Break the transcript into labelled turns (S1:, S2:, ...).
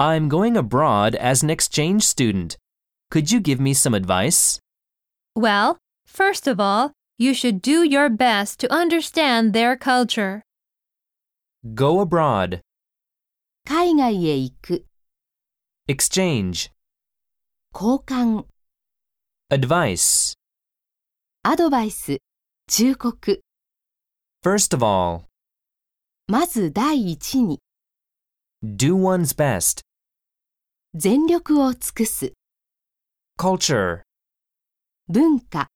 S1: I'm going abroad as an exchange student. Could you give me some advice?
S2: Well, first of all, you should do your best to understand their culture.
S1: Go abroad.
S3: 海外へ行く、
S1: Exchange.
S3: 交換、
S1: Advice.
S3: アドバイス、忠告、
S1: First of all,
S3: まず第一に、
S1: do one's best.
S3: 全力を尽くす、
S1: Culture.
S3: 文化、